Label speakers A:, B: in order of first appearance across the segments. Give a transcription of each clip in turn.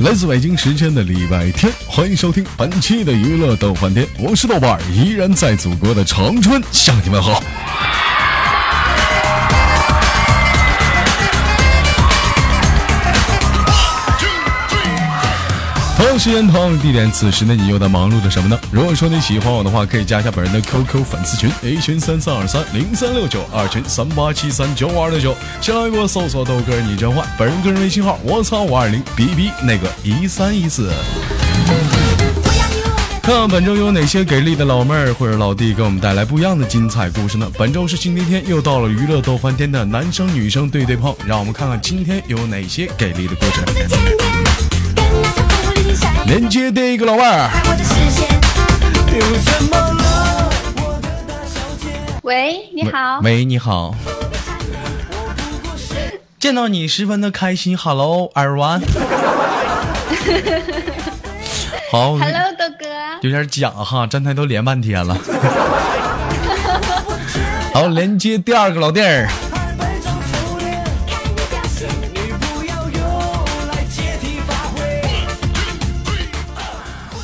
A: 来自北京时间的礼拜天，欢迎收听本期的娱乐逗翻天，我是豆瓣儿，依然在祖国的长春向你们好。同样时间、同样的地点，此时的你又在忙碌着什么呢？如果说你喜欢我的话，可以加一下本人的 QQ 粉丝群，A 群三三二三零三六九，二群三八七三九五二六九，新浪微博搜索豆哥你真坏，本人个人微信号我操五二零 B B 那个一三一四。看本周有哪些给力的老妹儿或者老弟给我们带来不一样的精彩故事呢？本周是星期天，又到了娱乐逗翻天的男生女生对对碰，让我们看看今天有哪些给力的故 事。
B: 天天跟那个狐狸闪亮
A: 连接第一个老妹儿。
B: 我的视线。
C: 喂，你好，
A: 喂，你好。见到你十分的开心，Hello everyone。好
C: ，Hello，豆哥，
A: 有点假哈，站台都连半天了。好，连接第二个老弟儿，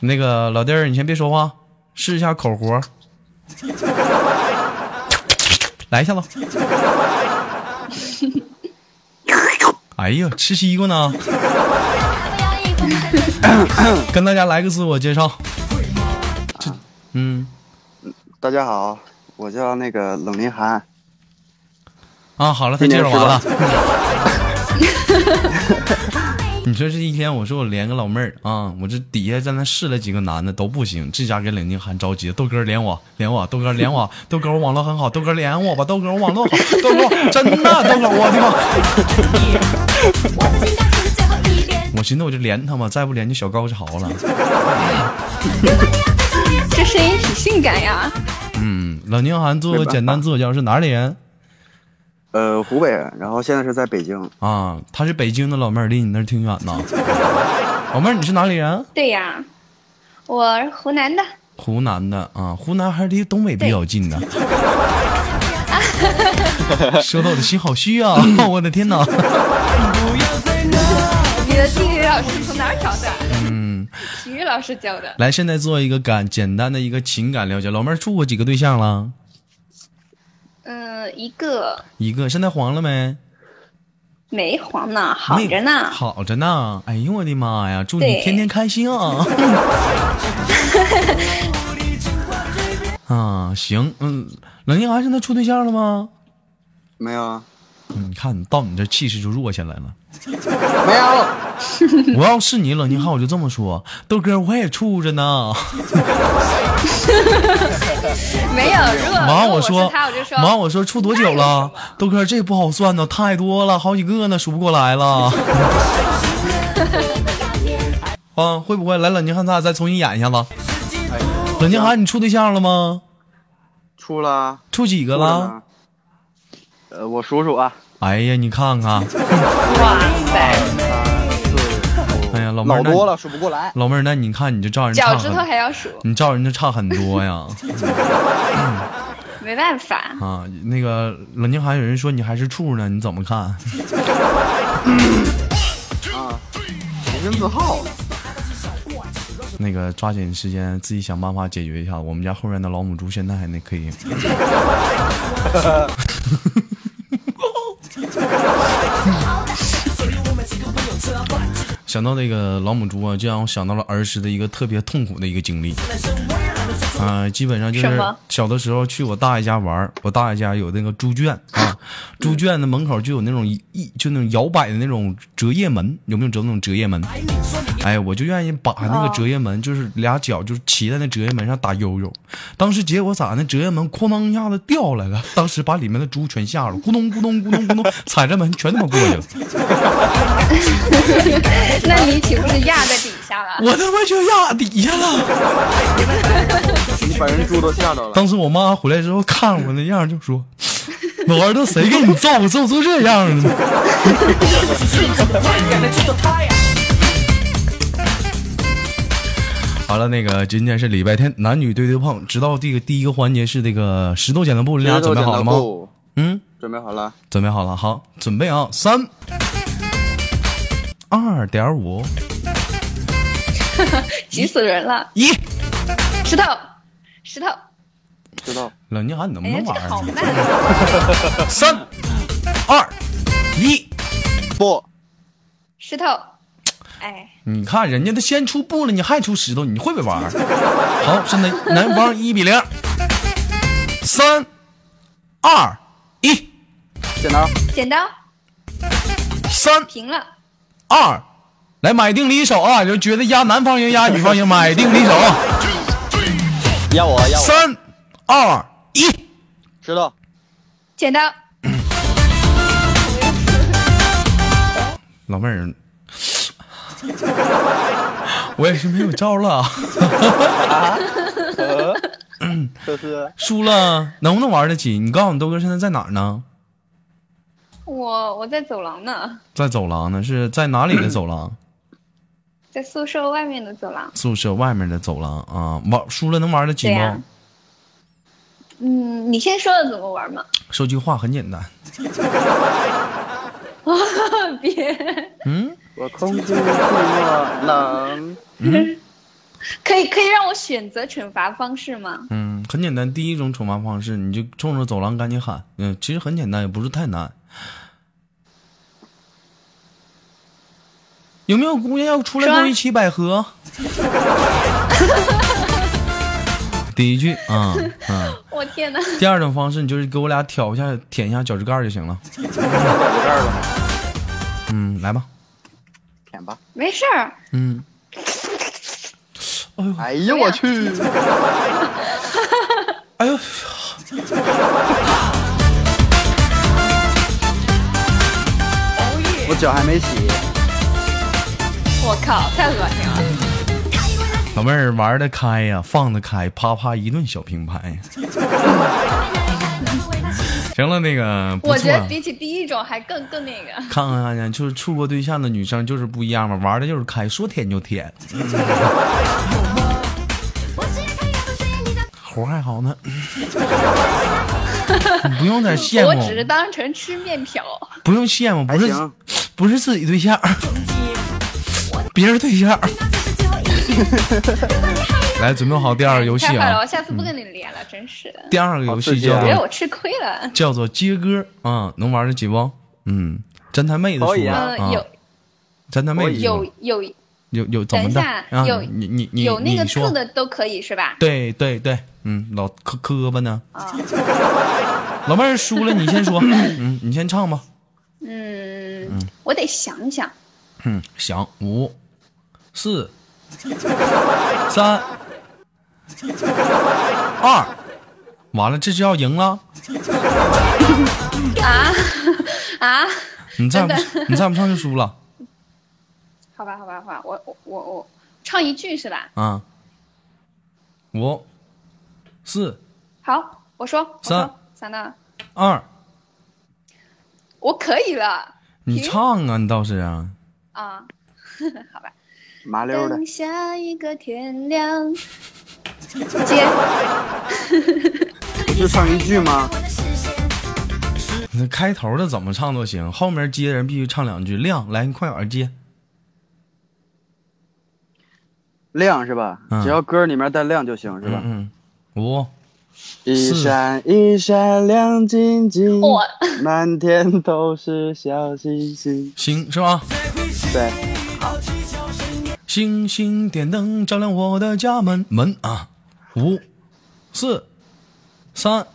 A: 那个老弟儿，你先别说话，试一下口活， 来一下子。哎呀，吃西瓜呢。跟大家来个自我介绍。这，嗯，
D: 大家好，我叫那个冷林涵，
A: 啊，好了，他介绍完了。你说这一天，我说我连个老妹儿啊，我这底下在那试了几个男的都不行，这家给冷静涵着急，豆哥连我，连我，豆哥连我，豆哥我网络很好，豆哥连我吧，豆哥我网络好，豆哥我真的，豆哥我的妈！我寻思我就连他嘛，再不连就小高潮了。
C: 这声音挺性感呀。
A: 嗯，冷静涵做个简单自我介绍，是哪里人
D: 呃，湖北人，然后现在是在北京，
A: 啊？她是北京的老妹儿，离你那儿挺远呢。老妹儿，你是哪里人？
C: 对呀，我是湖南的，
A: 湖南的啊，湖南还是离东北比较近的。说到我的心好虚啊！我的天哪！
C: 你的地理老师从哪儿找的？
A: 嗯，
C: 体育老师教的。
A: 来，现在做一个感简单的一个情感了解。老妹儿处过几个对象了？
C: 嗯，一个
A: 一个，现在黄了没？
C: 没黄呢，好着呢。
A: 嗯好着呢。哎呦我的妈呀！祝你
C: 对
A: 天天开心 啊！啊，行，嗯，冷静涵现在处对象了吗？
D: 没有啊，
A: 嗯你看你到你这气势就弱下来了。
D: 没有，
A: 我要是你冷静浩，我就这么说，豆哥我也处着 呢。
C: 没有，如果
A: 完
C: 如果
A: 我
C: 我
A: 说
C: 是他，我就，说
A: 完我说处多久了？豆哥这不好算呢，太多了，好几个呢，数不过来了。 啊，会不会来冷静汉咱俩再重新演一下子？冷静涵，你处对象了吗？
D: 出了，啊
A: 处几个
D: 出了
A: 了？
D: 呢，呃，我数数啊，
A: 哎呀，你看看，
C: 哇
A: 嗯
C: 塞，
A: 哎呀，老妹儿那
D: 老多了，数不过来，
A: 老妹儿，那你看你就照人
C: 脚
A: 差
C: 趾头
A: 很，
C: 还要数，
A: 你照人家差很多呀。
C: 没办法，
A: 啊，那个冷静涵有人说你还是处呢，你怎么看？
D: 啊人自浩，
A: 那个抓紧时间自己想办法解决一下。我们家后面的老母猪现在还那可以。想到那个老母猪啊，就让我想到了儿时的一个特别痛苦的一个经历。啊、基本上就
C: 什
A: 是
C: 么
A: 小的时候去我大爷家玩儿，我大爷家有那个猪圈
C: 嗯
A: 啊，猪圈的门口就有那种一一就那种摇摆的那种折页门，有没有折那种折页门？哎，我就愿意把那个折页门，就是俩脚就是骑在那折页门上打悠悠。当时结果咋呢？折页门哐当一下子掉来了，当时把里面的猪全吓着，咕咚咕咚咕咚咕咚，踩着门全他妈过 去了。
C: 那你岂不是压在底下了？
A: 我他妈就压底下了。
D: 你把人猪都吓着了，
A: 当时我妈回来之后看我那样儿就说：“老儿子，谁给你揍揍成这样了呢 好了，那个今天是礼拜天，男女对对碰，知道这个第一个环节是这个石头剪刀布，你俩准备好了吗？
D: 不，
A: 嗯，
D: 准备好了，
A: 准备好了，好，准备啊，三二点五，
C: 急死人了！
A: 一
C: 石头，石头，
D: 知道。
A: 冷静涵，你能
C: 哎
A: 不
C: 呀，
A: 能玩
C: 这个好
A: 儿呢？
C: 慢啊！
A: 三二一，
D: 不，
C: 石头，哎，
A: 你看人家都先出布了，你还出石头，你会不会玩儿？好，现在南方一比零，三二一，
D: 剪刀，
C: 剪刀
A: 三
C: 平了，
A: 二，来买定离手啊！就觉得压南方赢压女方赢，买定离手。啊
D: 要我要我，
A: 三二一，
D: 知道。
C: 剪刀，
A: 老妹儿，我也是没有招了啊，
D: 呃，这是
A: 输了能不能玩得起？你告诉我，豆哥现在在哪儿呢？
C: 我我在走廊呢，
A: 在走廊呢，是在哪里的走廊？
C: 在宿舍外面的走廊。
A: 宿舍外面的走廊啊，玩输了能玩得起
C: 对
A: 吗
C: 呀？嗯，你先说了怎么玩嘛？
A: 说句话很简单，
C: 别，
A: 嗯，
D: 我空虚寂寞冷。
C: 可以可以让我选择惩罚方式吗？
A: 嗯，很简单。第一种惩罚方式，你就冲着走廊赶紧喊，嗯，其实很简单，也不是太难。有没有姑娘要出来
C: 是
A: 跟
C: 吧
A: 我一起百 合？第一句啊，嗯。
C: 我天哪！
A: 第二种方式，你就是给我俩挑一下、舔一下脚趾盖儿就行了。
D: 有这儿吧，
A: 嗯，来吧，
D: 舔吧。
C: 没事儿，
A: 嗯。哎呦，
D: 哎呦我去！
A: 哎呦，
D: 我脚还没洗，
C: 我靠，太恶心了！
A: 老妹儿玩得开呀、放得开，啪啪一顿小平拍 呀。行了，那个不
C: 我觉
A: 错
C: 得
A: 啊，
C: 比起第一种还更更那个。
A: 看看看看，就是处过对象的女生就是不一样嘛，玩的就是开，说舔就舔，活儿还好 呢。你不用点羡
C: 我只是
A: 慕，
C: 当成吃面条，
A: 不用羡慕，
D: 还
A: 不是
D: 行。
A: 不是自己对象，别人对象。来，准备好第二个游戏
C: 太坏了！
A: 啊
C: 我！下次不跟你连了，真是的，
A: 第二个游戏
D: 好刺激
A: 叫
D: 啊
C: 觉得
A: 做
C: 我吃亏了。
A: 叫做接歌啊，能玩得起不？嗯，侦探妹子
D: 可以
A: 说
D: 啊
A: 啊
C: 嗯，，有
A: 侦探妹子说
C: 有有
A: 有有怎么的
C: 等一下
A: 啊？
C: 有
A: 你你你
C: 有那个
A: 你说
C: 字的都可以是吧？
A: 对对对，嗯，老磕磕巴呢。
C: 啊
A: 老妹儿输了，你先说，嗯，你先唱吧。
C: 嗯，我得想想。
A: 嗯，响五、四、三、二，完了，这就要赢了。
C: 啊啊！
A: 你再不
C: 真的
A: 你再不唱就输了
C: 好吧，好吧，好吧，我我我我唱一句是吧？
A: 啊！五、四、
C: 好，我说，我
A: 三
C: 说，想到了，
A: 二，
C: 我可以了
A: 你唱啊，你倒是啊，
C: 啊！ 好吧，
D: 麻溜的
C: 等，下一个天亮， 接
D: 不就唱一句吗？
A: 那开头的怎么唱都行，后面接人必须唱两句。亮，来，你快点儿接。
D: 亮是吧？
A: 嗯
D: 只要歌里面带亮就行是吧？
A: 嗯嗯，五、
D: 一
A: 是
D: 闪一闪亮晶晶
C: 我，
D: 满天都是小星星。
A: 星是吧？
D: 对，
A: 星星点灯照亮我的家门门啊！五、四、三、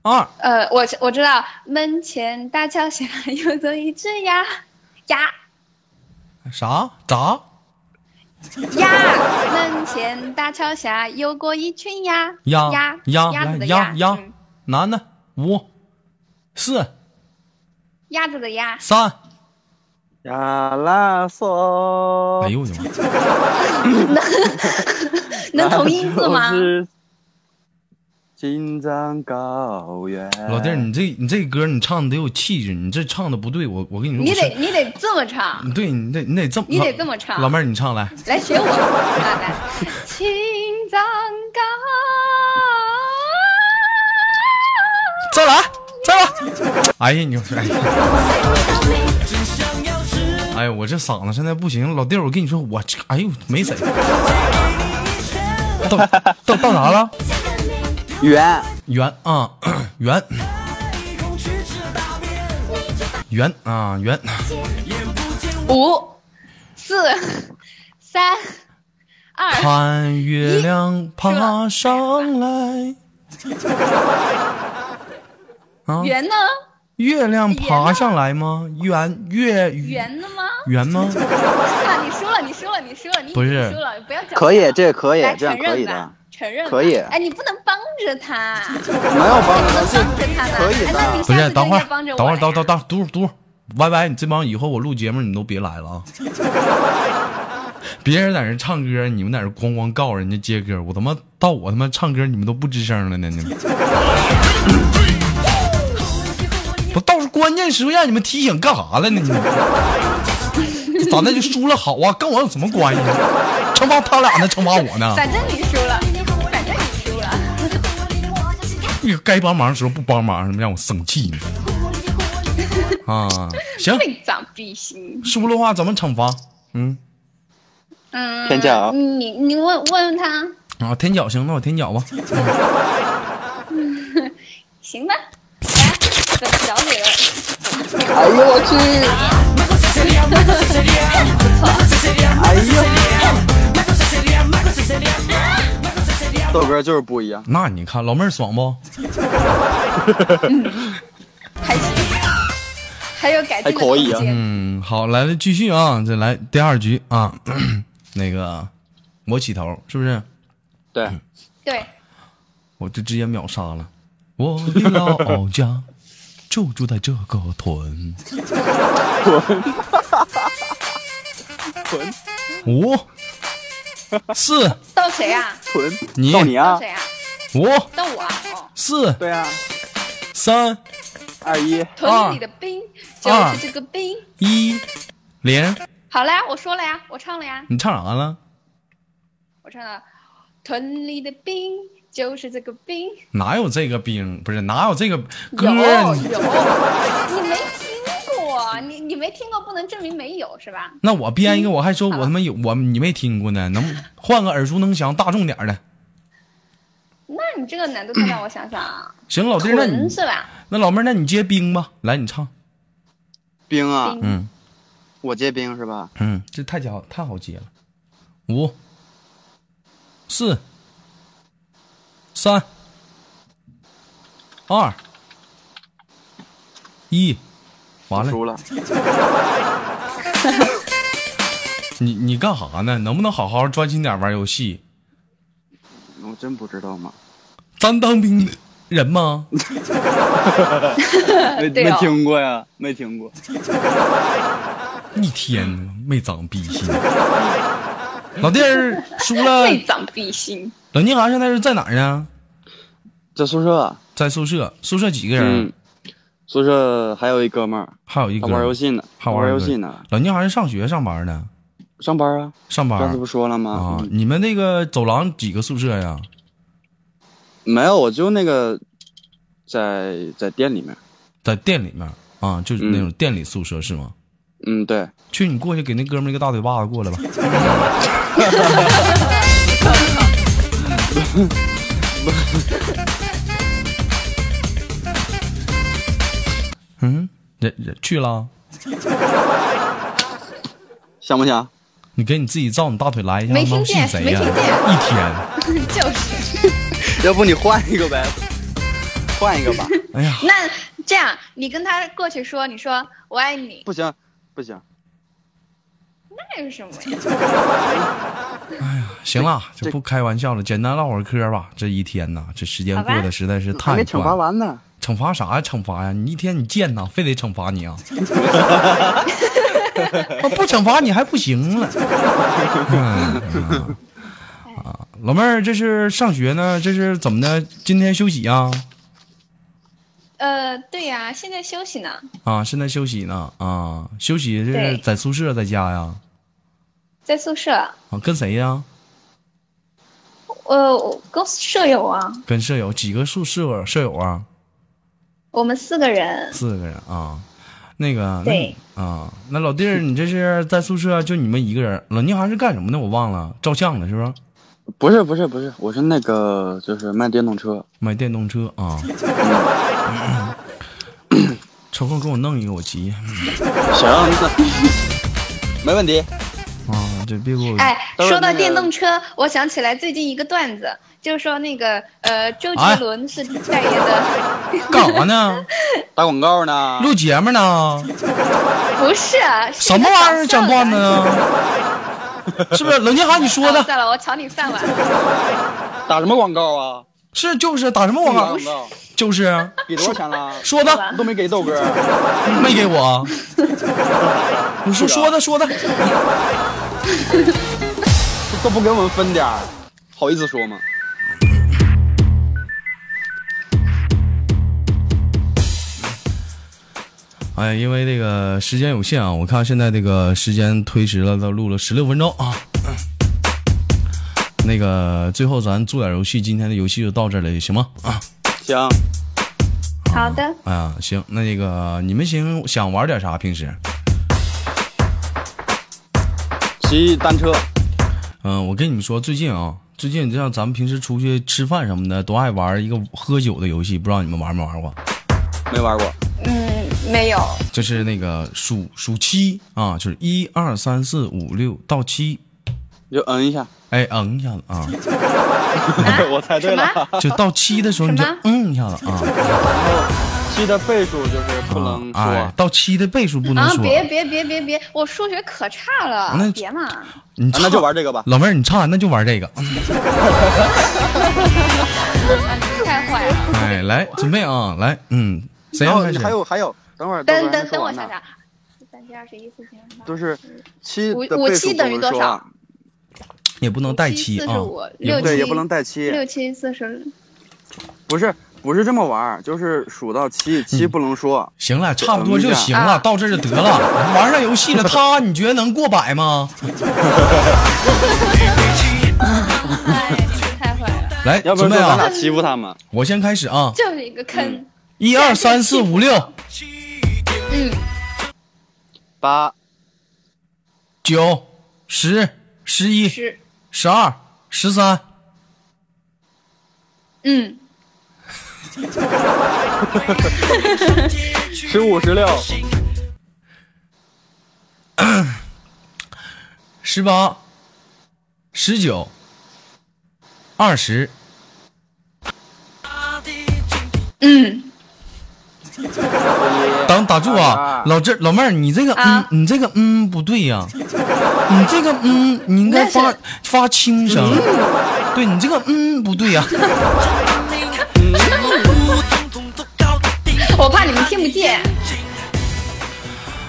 A: 二，
C: 呃，我我知道，门前大桥下游走一只鸭，鸭
A: 啥咋？
C: 鸭，门前大桥下游过一群鸭，
A: 鸭
C: 鸭
A: 鸭
C: 鸭子
A: 来
C: 的
A: 鸭鸭
C: 嗯，
A: 男的五、四、
C: 鸭子的 鸭，
A: 三，
D: 呀啦嗦
A: 哎，呦我的妈！
C: 能 同音字吗
D: 都？是青藏高原。
A: 老弟儿，你这你这歌你唱的得有气质，你这唱的不对，我我跟你说，
C: 你
A: 我
C: 得
A: 是
C: 你得这么唱，
A: 对你得你得这么
C: 你得
A: 老
C: 这么唱
A: 老妹儿你唱来，
C: 来学我，来来，青藏高
A: 啊再来再来，哎呀你哎呀，哎呦，我这嗓子现在不行，老弟儿，我跟你说，我这哎呦没谁，到到到啥了？
D: 圆
A: 圆啊， 圆圆啊圆，
C: 五、四、三、二，
A: 啊看月亮爬上来啊，
C: 圆呢？
A: 月亮爬上来吗？圆月
C: 圆呢吗？
A: 圆吗？
C: 输了，你输了，你输了，你输了，你
A: 不是
C: 你输了，不要讲。
D: 可以，这个可以
C: 来，
D: 这样
C: 承
D: 可以
C: 认
D: 的
C: 吧，，承认吧
D: 可以
C: 哎，你不能帮着他，
D: 没有帮
C: 不
D: 我
C: 能帮着他呢。
D: 可以的
C: 哎那你
A: 不
C: 下
A: 是，
C: 次就
A: 等
C: 应
A: 会
C: 该
A: 儿，
C: 帮着
A: 等
C: 我
A: 会儿，
C: 了
A: 等
C: 呀
A: 等等，嘟嘟，歪歪，你这帮以后我录节目你都别来了啊！ 别人在那唱歌，你们在那咣咣告人家接歌，我他妈到我他妈唱歌，你们都不吱声了呢，你们。 不到时候关键时候让你们提醒干啥了呢？你们 咋那就输了好啊？跟我有什么关系？惩罚他俩呢？惩罚我呢？
C: 反正你输了，反正你输了。
A: 你该帮忙的时候不帮忙，让我生气呢。啊，行，
C: 非常必须。
A: 输了话怎么惩罚？嗯，
C: 嗯，
D: 天骄
C: 你你问问问他，
A: 啊，舔脚行，那我舔脚 吧。
C: 行吧？来，本小姐的
D: 哎呦我去！哎呦，豆哥就是不一样，
A: 那你看老妹儿爽不？
C: 还行，还有改进的
D: 还可以啊
C: 空间。
A: 嗯，好，来了，继续啊，再来第二局 啊。那个，我起头是不是？
D: 对，
A: 嗯
C: 对，
A: 我就直接秒杀了。 我的老家就住在这个屯。
D: 臀
A: 五、四、
C: 到谁啊？
D: 臀，
A: 你
D: 到你
C: 到
D: 啊，
C: 谁啊？
A: 五、
C: 到我啊！哦，
A: 四、
D: 对啊，
A: 三、
D: 二一，
C: 屯
A: 啊
C: 子里的兵就
A: 二
C: 是这个兵。
A: 一，零。
C: 好了呀，我说了呀，我唱了呀，
A: 你唱啥了？
C: 我唱了。屯里的兵就是这个兵，
A: 哪有这个兵？不是哪有这个歌
C: 有
A: 儿？
C: 有，你没听过，你你没听过不能证明没有是吧？
A: 那我编一个，我还说我他妈有我你没听过呢，能换个耳熟能详、大众点儿的。
C: 那你这个难度太大，我想想啊，
A: 行，老弟哦儿，那
C: 屯
A: 你
C: 是吧？
A: 那老妹儿，那你接冰吧，来你唱。
D: 冰啊，
C: 兵
A: 嗯
D: 我接冰是吧？
A: 嗯，这太好太好接了。五、四、三、二、一，完
D: 我
A: 了。
D: 输了，
A: 你你干啥呢？能不能好好专心点玩游戏？
D: 我真不知道吗？
A: 咱当兵的人吗？
D: 没
C: 对哦
D: 没听过呀，没听过，
A: 一天没长逼心。老弟儿输 了，
C: 内脏必心。
A: 冷静涵现在是在哪儿呢？
D: 在宿舍，啊
A: 在宿舍，宿舍几个人？
D: 嗯，宿舍还有一哥们儿，
A: 还啊有一
D: 他
A: 个
D: 玩游，戏呢，
A: 还
D: 他玩
A: 一
D: 游
A: 个
D: 戏呢，。
A: 冷静涵是上学上班呢，
D: 上班啊，
A: 上班
D: 上次不
A: 啊
D: 说了吗？嗯
A: 你们那个走廊几个宿舍呀？
D: 没有，我就那个在在店里面。
A: 在店里面啊，就是那种
D: 嗯
A: 店里宿舍是吗？
D: 嗯，对，
A: 去，你过去给那哥们儿一个大嘴巴子过来吧。 嗯，人人去了，
D: 想不想？
A: 你给你自己照你大腿来一下，
C: 没听
A: 猫信
C: 见
A: 谁
C: 没
A: 呀？
C: 听见
A: 一天，
C: 就是，
D: 要不你换一个呗，换一个吧。
A: 哎呀，
C: 那这样，你跟他过去说，你说我爱你，
D: 不行，不行，
C: 那有什么 呀？
A: 行了，
D: 这
A: 就不开玩笑了，简单唠会儿嗑吧。这一天呐，这时间
C: 好吧
A: 过得实在是
D: 还
A: 太
D: 没惩罚
A: 快。
D: 完呢。
A: 惩罚啥呀？惩罚呀！你一天你贱呐，非得惩罚你啊！啊不惩罚你还不行了。嗯啊，老妹儿，这是上学呢？这是怎么的？今天休息啊？
C: 呃，对呀、现在休息呢，
A: 啊，现在休息呢？啊，休息这是
C: 对
A: 在宿舍，在家呀？
C: 在宿舍，
A: 啊，跟谁呀？
C: 呃，我跟舍友啊，
A: 跟舍友？几个宿舍舍友啊？
C: 我们四个人，
A: 四个人啊。那个，
E: 对
A: 那啊，那老弟儿，你这是在宿舍就你们一个人？老聂还是干什么的？我忘了，照相的是吧？
D: 不是不是不是，我是那个就是卖电动车，
A: 买电动车啊。 抽空给我弄一个，我急
D: 行，那 没问题。
A: 啊！这别给我
C: 哎，
D: 等会儿
C: 说到
D: 那个
C: 电动车，我想起来最近一个段子，就是说那个呃，周
A: 哎
C: 杰伦是代言的，
A: 干啥呢？
D: 打广告呢？
A: 录节目呢？
C: 不是啊
A: 什么玩意 儿讲段子？
C: 是
A: 呢？是
C: 一个搞笑的
A: 不是冷静涵你说
C: 算了
A: 的？
C: 算了，我抢你饭碗。
D: 打什么广告啊？
A: 是就是打什么广
D: 打
A: 告
D: 广？告，
A: 就是啊
D: 给多少钱了？
A: 说 的
D: 都没给豆哥，
A: 没给我，你说
D: 是啊
A: 说的说的，
D: 都不给我们分点儿，好意思说吗？
A: 哎，因为这个时间有限啊，我看现在这个时间推迟了，到录了十六分钟啊。那个最后咱做点游戏，今天的游戏就到这里，行吗？啊
D: 行，
C: 好的，
A: 啊，行，那个你们行想玩点啥？平时，
D: 骑单车，
A: 嗯、我跟你们说，最近啊，最近就像咱们平时出去吃饭什么的，都爱玩一个喝酒的游戏，不知道你们玩没玩过？
D: 没玩过。
C: 嗯，没有，
A: 就是那个数数七啊，就是一二三四五六到七，
D: 你就嗯一下，
A: 哎，嗯一下子啊，
D: 我猜对了。
A: 就到七的时候你就
C: 什么
A: 嗯一下子啊。
D: 七的倍数就是不能嗯说。啊
A: 哎，到七的倍数不能
C: 啊，
A: 说。
C: 别别别别别，我数学可差
A: 那
C: 了，别嘛。
A: 你
D: 啊
A: 差、
D: 那就玩这个吧。
A: 老妹儿，你差那就玩这个。
C: 啊，你太坏了。
A: 哎，来准备啊，来，嗯，谁
D: 然
A: 要
D: 后
A: 开
D: 你
A: 始？
D: 还有还有，等会儿豆哥
C: 等
D: 还
C: 等
D: 没说
C: 等我
D: 完
C: 想
D: 呢。
C: 想，三七二十一四千八，
D: 就是七
C: 五
D: 的
C: 五
D: 倍
C: 七
D: 数
C: 等于
D: 不能
C: 多
D: 说啊
C: 少？
A: 也不能带七
C: 四
A: 啊
C: 十五，
A: 也
C: 六
A: 不
D: 对，
C: 七
D: 也不能带七。
C: 六七四十，
D: 不是不是这么玩儿，就是数到七，
A: 嗯
D: 七不能说。
A: 行了，差不多就行了，
C: 啊
A: 到这儿就得 了。玩上游戏了，他你觉得能过百吗？
C: 哎，你太坏了，
A: 来，
D: 要不
A: 准备
D: 然说咱俩
A: 啊，
D: 欺负他们。
A: 我先开始啊，
C: 就是一个坑。
A: 一二三四五六
C: 嗯，
D: 八
A: 九十十一
C: 是，
A: 十二十三，
C: 嗯，
D: 十五 十六
A: 十八十九二十。
C: 嗯，
A: 等打住啊，
D: 22
A: 老这老妹儿，你这个嗯
C: 啊，
A: 你这个嗯不对呀、你这个嗯，你应该
C: 那
A: 发
C: 是
A: 发轻声，对你这个嗯不对呀、
C: 我怕你们听不见。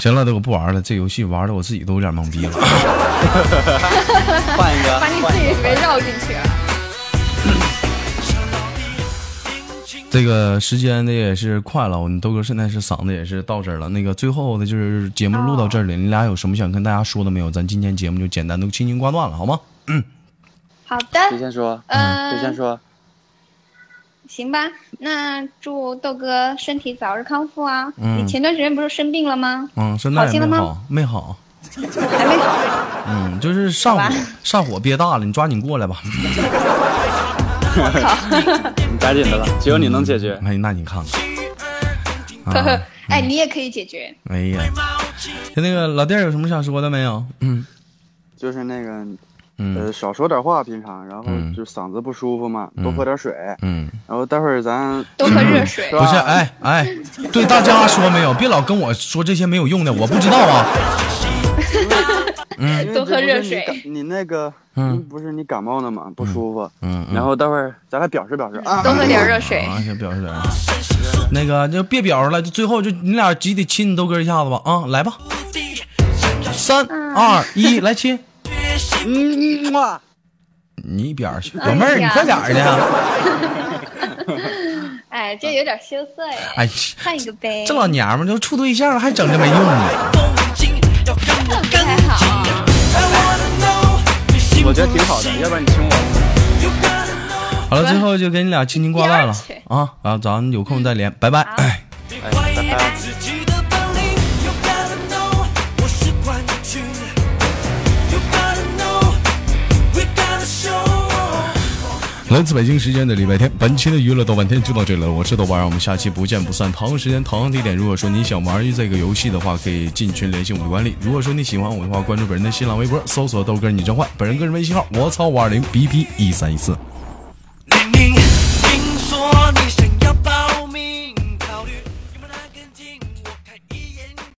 A: 行了，都我不玩了，这游戏玩的我自己都有点懵逼了。
D: 换一个
C: 把你自己给绕进去了。
A: 这个时间的也是快了，我们豆哥现在是嗓子也是到这儿了。那个最后的就是节目录到这里，你俩有什么想跟大家说的没有？咱今天节目就简单都轻轻挂断了，好吗？
C: 好
D: 谁
C: 的，
D: 先说？谁先
C: 嗯，
D: 说？
C: 行吧，那祝豆哥身体早日康复啊！
A: 嗯
C: 你前段时间不是生病了吗？
A: 嗯，现在
C: 好
A: 也
C: 听了
A: 没
C: 吗
A: 好，没好，
C: 还没好。
A: 嗯，就是上
C: 好
A: 火
C: 吧，嗯
A: 上火憋大了，你抓紧过来吧。
D: 你赶紧的了，只有你能解决。
A: 哎，那你看看。啊
C: 哎，你也可以解决。
A: 哎呀，就那个老弟儿有什么想说的没有？嗯
D: 就是那个呃，
A: 嗯
D: 少说点话，平常，然后
A: 嗯
D: 就嗓子不舒服嘛，多喝点水，
A: 嗯，
D: 然后待会儿咱
C: 多喝热 水
D: 是吧
A: 不是，哎哎，对大家说没有？别老跟我说这些没有用的，我不知道啊。
D: 因为
C: 多
D: 这
C: 喝
D: 不是
C: 热
D: 你
C: 水
D: 感你那个，
A: 嗯
D: 不是你感冒了嘛，不舒服，
A: 嗯，嗯
D: 然后待会儿咱俩表示表示啊，
C: 多喝点热水
A: 啊，先表示点儿。那个就别表示了，就最后就你俩集体亲你豆哥一下子吧啊，来吧，三
C: 嗯
A: 二一，来亲。
D: 嗯哇，
A: 你一边儿去，啊
C: 哎呀
A: 老妹儿，你快点儿的。
C: 哎，这有点羞涩哎，
A: 哎，
C: 换一个呗。
A: 这老娘们儿都处对象了，还整这没用的。
C: 不太好。
D: 我觉得挺好的，要不然你亲我，
A: 好了，最后就给你俩亲亲挂断了啊
C: 一边
A: 啊，然后咱们有空再连，拜拜。
C: 好
D: 哎，拜拜。
F: 自己的本领。
A: 来自北京时间的礼拜天，本期的娱乐豆瓣天就到这里了。我是豆瓣儿，我们下期不见不散。同样时间，同样地点。如果说你想玩这个游戏的话，可以进群联系我们的管理。如果说你喜欢我的话，关注本人的新浪微博，搜索豆哥儿你真坏，本人个人微信号我操五二零 B P 一三一四。